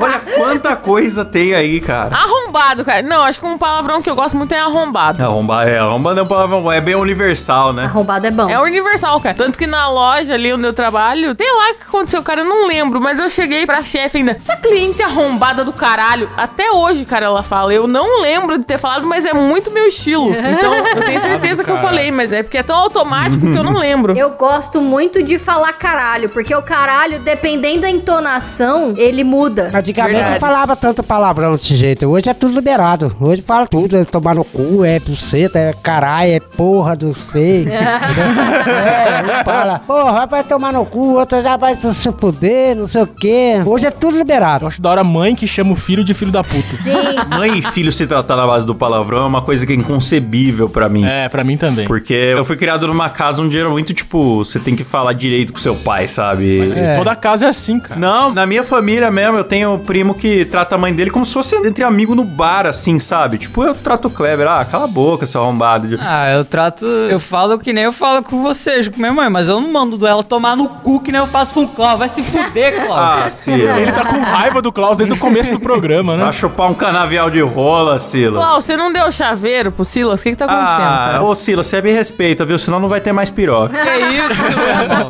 Speaker 1: Olha quanta coisa tem aí, cara.
Speaker 5: Arrombado, cara. Não, acho que um palavrão que eu gosto muito é arrombado.
Speaker 1: Arrombar é, arrombar não é palavrão, é bem universal, né?
Speaker 4: Arrombado é bom.
Speaker 5: É universal, cara. Tanto que na loja ali onde eu trabalho, sei lá o que aconteceu, cara, eu não lembro, mas eu cheguei pra chefe ainda. Essa cliente arrombada do caralho, até hoje, cara, ela fala. Eu não lembro de ter falado, mas é muito meu estilo. Então, eu tenho certeza que eu falei, mas é porque é tão automático que eu não lembro.
Speaker 4: Eu gosto muito de falar caralho, porque o caralho, dependendo da entonação, ele muda.
Speaker 6: Antigamente
Speaker 5: Verdade.
Speaker 6: não falava tanto palavrão desse jeito. Hoje é tudo liberado. Hoje fala tudo. É tomar no cu, é buceta, é caralho, é porra, não sei. é, um fala, porra, vai tomar no cu, outra já vai se se fuder, não sei o quê. Hoje é tudo
Speaker 2: Eu
Speaker 6: liberado.
Speaker 2: acho da hora a mãe que chama o filho de filho da puta.
Speaker 4: Sim.
Speaker 1: Mãe e filho se tratar na base do palavrão é uma coisa que é inconcebível pra mim.
Speaker 2: É, pra mim também.
Speaker 1: Porque eu fui criado numa casa onde era muito, tipo, você tem que falar direito com seu pai, sabe?
Speaker 6: É.
Speaker 2: Toda casa é assim, cara.
Speaker 1: Não, na minha família mesmo, eu tenho um primo que trata a mãe dele como se fosse entre amigo no bar, assim, sabe? Tipo, eu trato o Kleber, ah, cala a boca, seu arrombado.
Speaker 8: Ah, eu trato. Eu falo que nem eu falo com vocês, com minha mãe, mas eu não mando ela tomar no cu que nem eu faço com o Cláudio. Vai se fuder, Cláudio.
Speaker 1: Ah, Sila.
Speaker 2: Ele tá com raiva do Klaus desde o começo do programa, né?
Speaker 1: Vai chupar um canavial de rola, Sila.
Speaker 5: Clau, você não deu chaveiro pro Silas? O que que tá acontecendo,
Speaker 1: Ah,
Speaker 5: cara?
Speaker 1: ô Sila, você me respeita, viu? Senão não vai ter mais piroca.
Speaker 8: Que isso, meu irmão?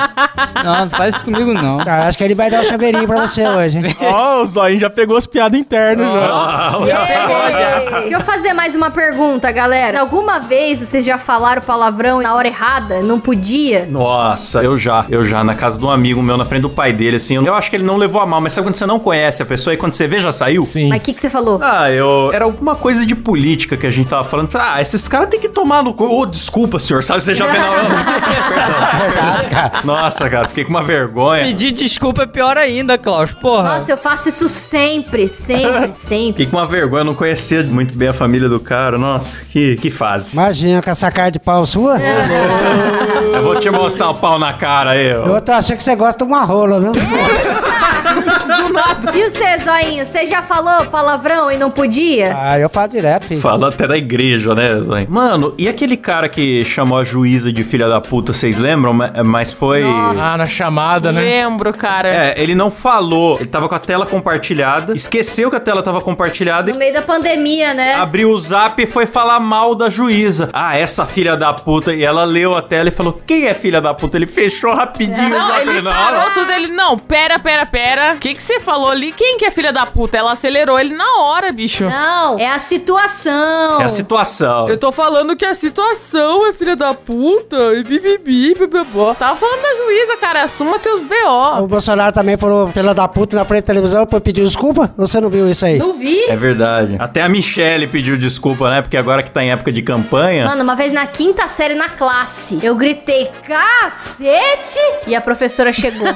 Speaker 8: Não, não faz isso comigo, não.
Speaker 6: Cara, acho que ele vai dar um chaveirinho pra você hoje. hein?
Speaker 2: Ó, o Zoinho já pegou as piadas internas, já.
Speaker 4: Ei! Deixa eu fazer mais uma pergunta, galera. Alguma vez vocês já falaram palavrão na hora errada? Não podia?
Speaker 1: Nossa, eu já, eu já, na casa de um amigo meu, na frente do pai dele, assim, eu acho que ele não levou a mal, mas sabe quando você não conhece a pessoa e quando você vê já saiu?
Speaker 2: Sim.
Speaker 4: Mas o que, que você falou?
Speaker 1: Ah, eu. Era alguma coisa de política que a gente tava falando. Ah, esses caras têm que tomar no cu. Ô, desculpa, senhor, sabe? Você já penal.
Speaker 12: Verdade, cara.
Speaker 1: Nossa, cara, fiquei com uma vergonha.
Speaker 12: Pedir desculpa é pior ainda, Klaus. Porra.
Speaker 4: Nossa, eu faço isso sempre, sempre, sempre.
Speaker 1: Fiquei com uma vergonha, eu não conhecia muito bem a família do cara. Nossa, que, que fase.
Speaker 6: Imagina com essa cara de pau sua.
Speaker 1: Eu vou te mostrar o pau na cara aí, ó.
Speaker 6: Eu tô achando que você gosta de uma rola, viu?
Speaker 4: E o Cezoinho, você já falou palavrão e não podia?
Speaker 6: ah, eu falo direto, filho.
Speaker 1: Falou até da igreja, né, Zói? Mano, e aquele cara que chamou a juíza de filha da puta, vocês lembram? Ma- Mas foi.
Speaker 4: Nossa.
Speaker 2: Ah, na chamada, né?
Speaker 5: Lembro, cara.
Speaker 1: É, ele não falou. Ele tava com a tela compartilhada, esqueceu que a tela tava compartilhada
Speaker 4: No
Speaker 1: e
Speaker 4: meio da pandemia,
Speaker 5: É.
Speaker 4: né?
Speaker 1: abriu o zap e foi falar mal da juíza. Ah, essa filha da puta. E ela leu a tela e falou: Quem é filha da puta? Ele fechou rapidinho o
Speaker 5: Não,
Speaker 1: zap.
Speaker 5: ele
Speaker 1: na
Speaker 5: parou
Speaker 1: hora.
Speaker 5: tudo, ele... Não, pera, pera, pera. O que que você falou ali? Quem que é filha da puta? Ela acelerou ele na hora, bicho.
Speaker 4: Não, é a situação.
Speaker 1: É a situação.
Speaker 5: Eu tô falando que a situação é filha da puta e bibibi, bibibó. Tava falando da juíza, cara. Assuma teus
Speaker 6: O
Speaker 5: B.O.
Speaker 6: Bolsonaro também falou filha da puta na frente da televisão pra pedir desculpa? Você não viu isso aí?
Speaker 4: Não vi.
Speaker 1: É verdade. Até a Michelle pediu desculpa, né? Porque agora que tá em época de campanha.
Speaker 4: Mano, uma vez na quinta série na classe, eu gritei cacete e a professora chegou.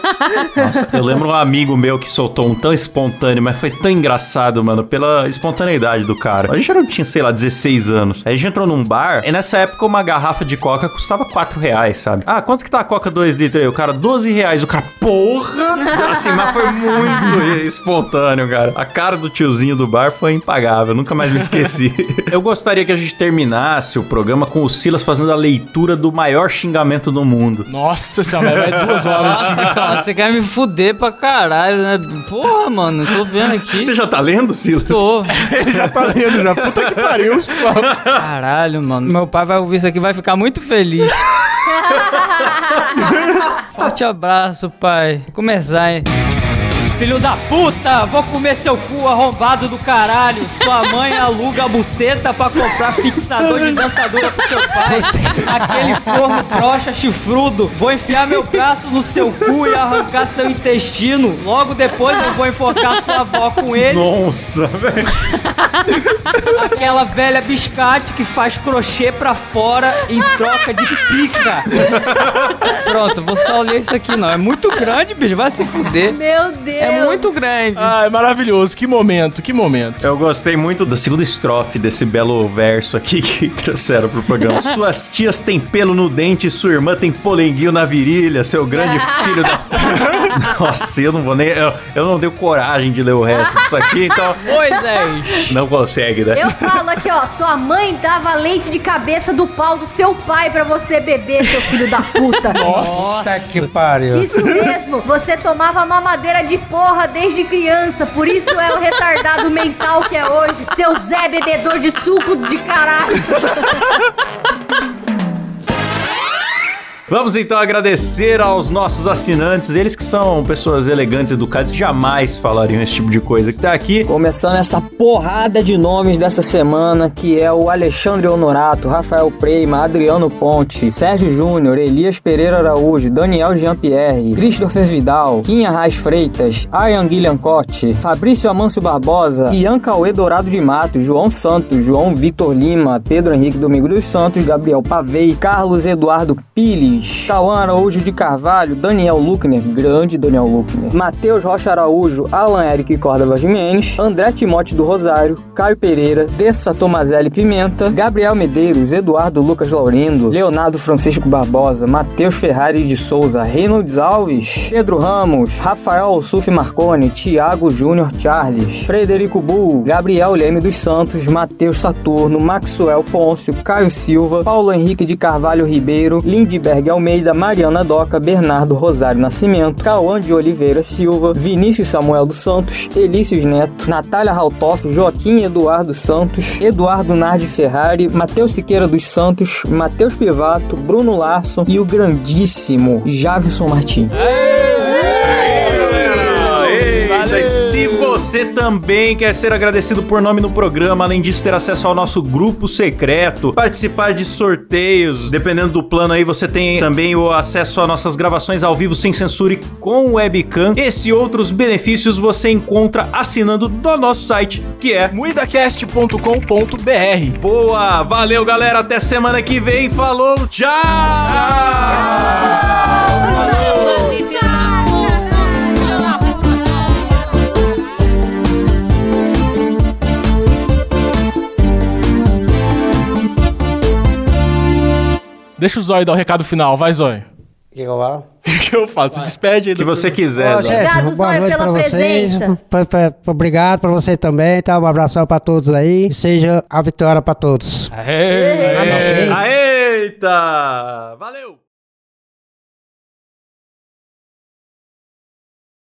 Speaker 1: Nossa, eu lembro um amigo meu que soltou um tão espontâneo, mas foi tão engraçado, mano, pela espontaneidade do cara. A gente não tinha, sei lá, 16 anos. Aí a gente entrou num bar, e nessa época uma garrafa de coca custava 4 reais, sabe? Ah, quanto que tá a coca 2 litros aí? O cara, 12 reais. O cara, porra! Assim, mas foi muito espontâneo, cara. A cara do tiozinho do bar foi impagável, nunca mais me esqueci. eu gostaria que a gente terminasse o programa com o Silas fazendo a leitura do maior xingamento do mundo.
Speaker 2: Nossa senhora, vai duas horas.
Speaker 12: Nossa, Klaus, você quer me fuder pra caralho, né? Porra, mano, tô vendo aqui.
Speaker 1: Você já tá lendo, Silas?
Speaker 12: Tô.
Speaker 2: Ele já tá lendo, já. Puta que pariu, Klaus.
Speaker 12: Caralho, mano. Meu pai vai ouvir isso aqui e vai ficar muito feliz. Forte abraço, pai. Vou começar, hein? Filho da puta, vou comer seu cu arrombado do caralho. Sua mãe aluga a buceta pra comprar fixador de dentadura pro seu pai. Aquele corno broxa chifrudo. Vou enfiar meu braço no seu cu e arrancar seu intestino. Logo depois eu vou enforcar sua avó com ele.
Speaker 1: Nossa, velho.
Speaker 12: Aquela velha biscate que faz crochê pra fora em troca de pica. Pronto, vou só ler isso aqui não. É muito grande, bicho. Vai se fuder.
Speaker 4: Meu Deus.
Speaker 5: É muito grande.
Speaker 2: Ah, é maravilhoso. Que momento, que momento.
Speaker 1: Eu gostei muito da segunda estrofe desse belo verso aqui que trouxeram pro programa. Suas tias têm pelo no dente, sua irmã tem polenguinho na virilha, seu grande filho da. Nossa, eu não vou nem. Eu, eu não tenho coragem de ler o resto disso aqui, então.
Speaker 12: Moisés.
Speaker 1: Não consegue, né?
Speaker 4: Eu falo aqui, ó, sua mãe dava leite de cabeça do pau do seu pai pra você beber, seu filho da puta.
Speaker 6: Nossa, que pariu.
Speaker 4: Isso mesmo, você tomava mamadeira de porra desde criança, por isso é o retardado mental que é hoje. Seu Zé bebedor de suco de caralho.
Speaker 1: Vamos então agradecer aos nossos assinantes, eles que são pessoas elegantes, educadas, que jamais falariam esse tipo de coisa que tá aqui.
Speaker 8: Começando essa porrada de nomes dessa semana, que é o Alexandre Honorato, Rafael Preima, Adriano Ponte, Sérgio Júnior, Elias Pereira Araújo, Daniel Jean-Pierre, Christopher Vidal, Kim Arras Freitas, Ayan Guilherme Cote, Fabrício Amâncio Barbosa, Ian Cauê Dourado de Mato, João Santos, João Vitor Lima, Pedro Henrique Domingo dos Santos, Gabriel Pavei, Carlos Eduardo Pires, Cauã Araújo de Carvalho, Daniel Luckner, grande Daniel Luckner, Matheus Rocha Araújo, Alan Eric Córdova Jimenez, André Timote do Rosário, Caio Pereira, Dessa Tomazelli Pimenta, Gabriel Medeiros, Eduardo Lucas Laurindo, Leonardo Francisco Barbosa, Matheus Ferrari de Souza, Reynolds Alves, Pedro Ramos, Rafael Alsuf Marconi, Tiago Júnior Charles, Frederico Bull, Gabriel Leme dos Santos, Matheus Saturno, Maxwell Pôncio, Caio Silva, Paulo Henrique de Carvalho Ribeiro, Lindberg Almeida, Mariana Doca, Bernardo Rosário Nascimento, Cauã de Oliveira Silva, Vinícius Samuel dos Santos, Elícios Neto, Natália Rautoff, Joaquim Eduardo Santos, Eduardo Nardi Ferrari, Matheus Siqueira dos Santos, Matheus Pivato, Bruno Larson e o grandíssimo Javison Martins.
Speaker 1: Aê! E se você também quer ser agradecido por nome no programa, além disso, ter acesso ao nosso grupo secreto, participar de sorteios, dependendo do plano aí, você tem também o acesso a nossas gravações ao vivo sem censura e com webcam. Esse e outros benefícios você encontra assinando do nosso site, que é
Speaker 7: muidacast.com.br.
Speaker 1: Boa! Valeu, galera! Até semana que vem! Falou! Tchau!
Speaker 2: Deixa o Zóio dar o recado final, vai, Zóio.
Speaker 6: O que eu falo?
Speaker 2: O que eu falo? Se despede aí.
Speaker 1: Que
Speaker 2: do-
Speaker 1: você quiser,
Speaker 6: Ô,
Speaker 1: Zé.
Speaker 6: gente,
Speaker 4: Obrigado,
Speaker 6: boa
Speaker 4: Zóio,
Speaker 6: noite
Speaker 4: pela
Speaker 6: pra vocês.
Speaker 4: presença.
Speaker 6: P- p- p- Obrigado pra você também, tá? Um abração pra todos aí. E
Speaker 2: É,
Speaker 6: seja a vitória pra todos.
Speaker 1: Aê! Eita! Valeu!